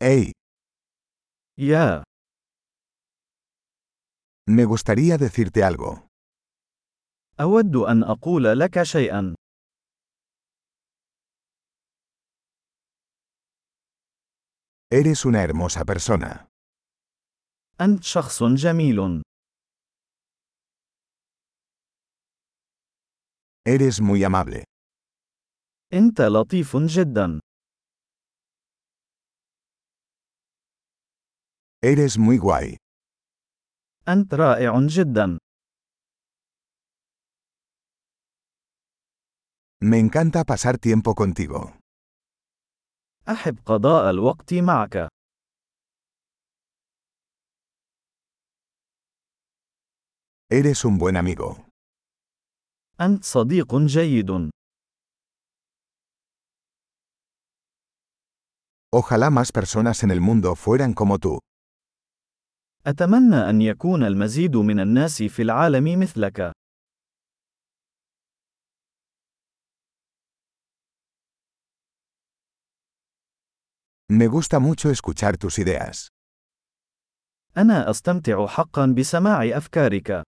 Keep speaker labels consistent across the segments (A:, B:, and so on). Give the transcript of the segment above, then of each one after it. A: Hey,
B: Yeah,
A: me gustaría decirte algo.
B: أود أن أقول لك شيئا.
A: Eres una hermosa persona.
B: أنت شخص جميل.
A: Eres muy amable.
B: أنت لطيف جدا.
A: Eres muy guay.
B: أنت رائع جدا.
A: Me encanta pasar tiempo contigo.
B: أحب قضاء الوقت معك.
A: Eres un buen amigo.
B: أنت صديق جيد.
A: Ojalá más personas en el mundo fueran como tú.
B: أتمنى أن يكون المزيد من الناس في العالم مثلك.
A: Me gusta mucho escuchar tus ideas.
B: أنا أستمتع حقا بسماع أفكارك.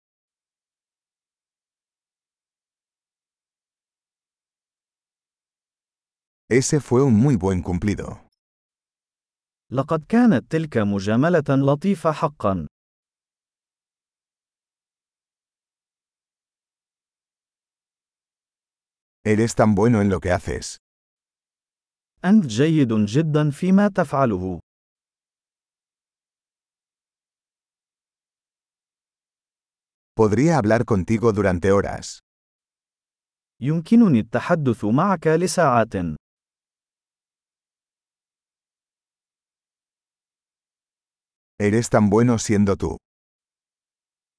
A: Ese fue un muy buen cumplido.
B: لقد كانت تلك مجاملة لطيفة حقا.
A: Eres tan bueno en lo que haces.
B: أنت جيد جدا فيما تفعله.
A: Podría hablar contigo durante horas.
B: يمكنني التحدث معك لساعات.
A: Eres tan bueno siendo tú.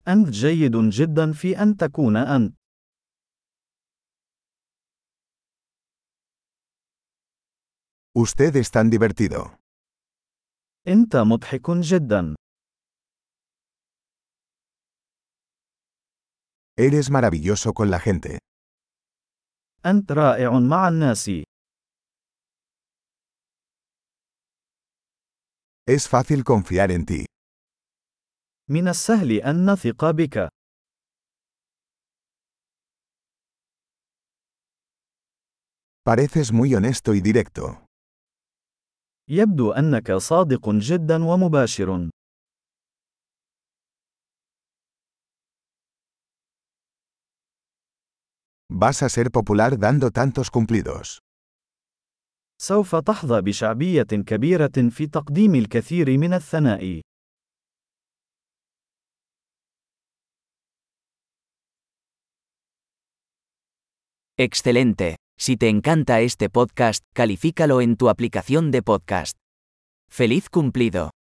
B: أنت جيد جدا في أن تكون أنت.
A: Usted es tan divertido.
B: أنت مضحك جدا.
A: Eres maravilloso con la gente.
B: أنت رائع مع الناس.
A: Es fácil confiar en ti.
B: من السهل أن نثق بك.
A: Pareces muy honesto y directo.
B: يبدو أنك صادق جدا ومباشر.
A: Vas a ser popular dando tantos cumplidos.
B: سوف تحظى بشعبية كبيرة في تقديم الكثير من الثناء.
C: Excelente. Si te encanta este podcast, califícalo en tu aplicación de podcast. ¡Feliz cumplido!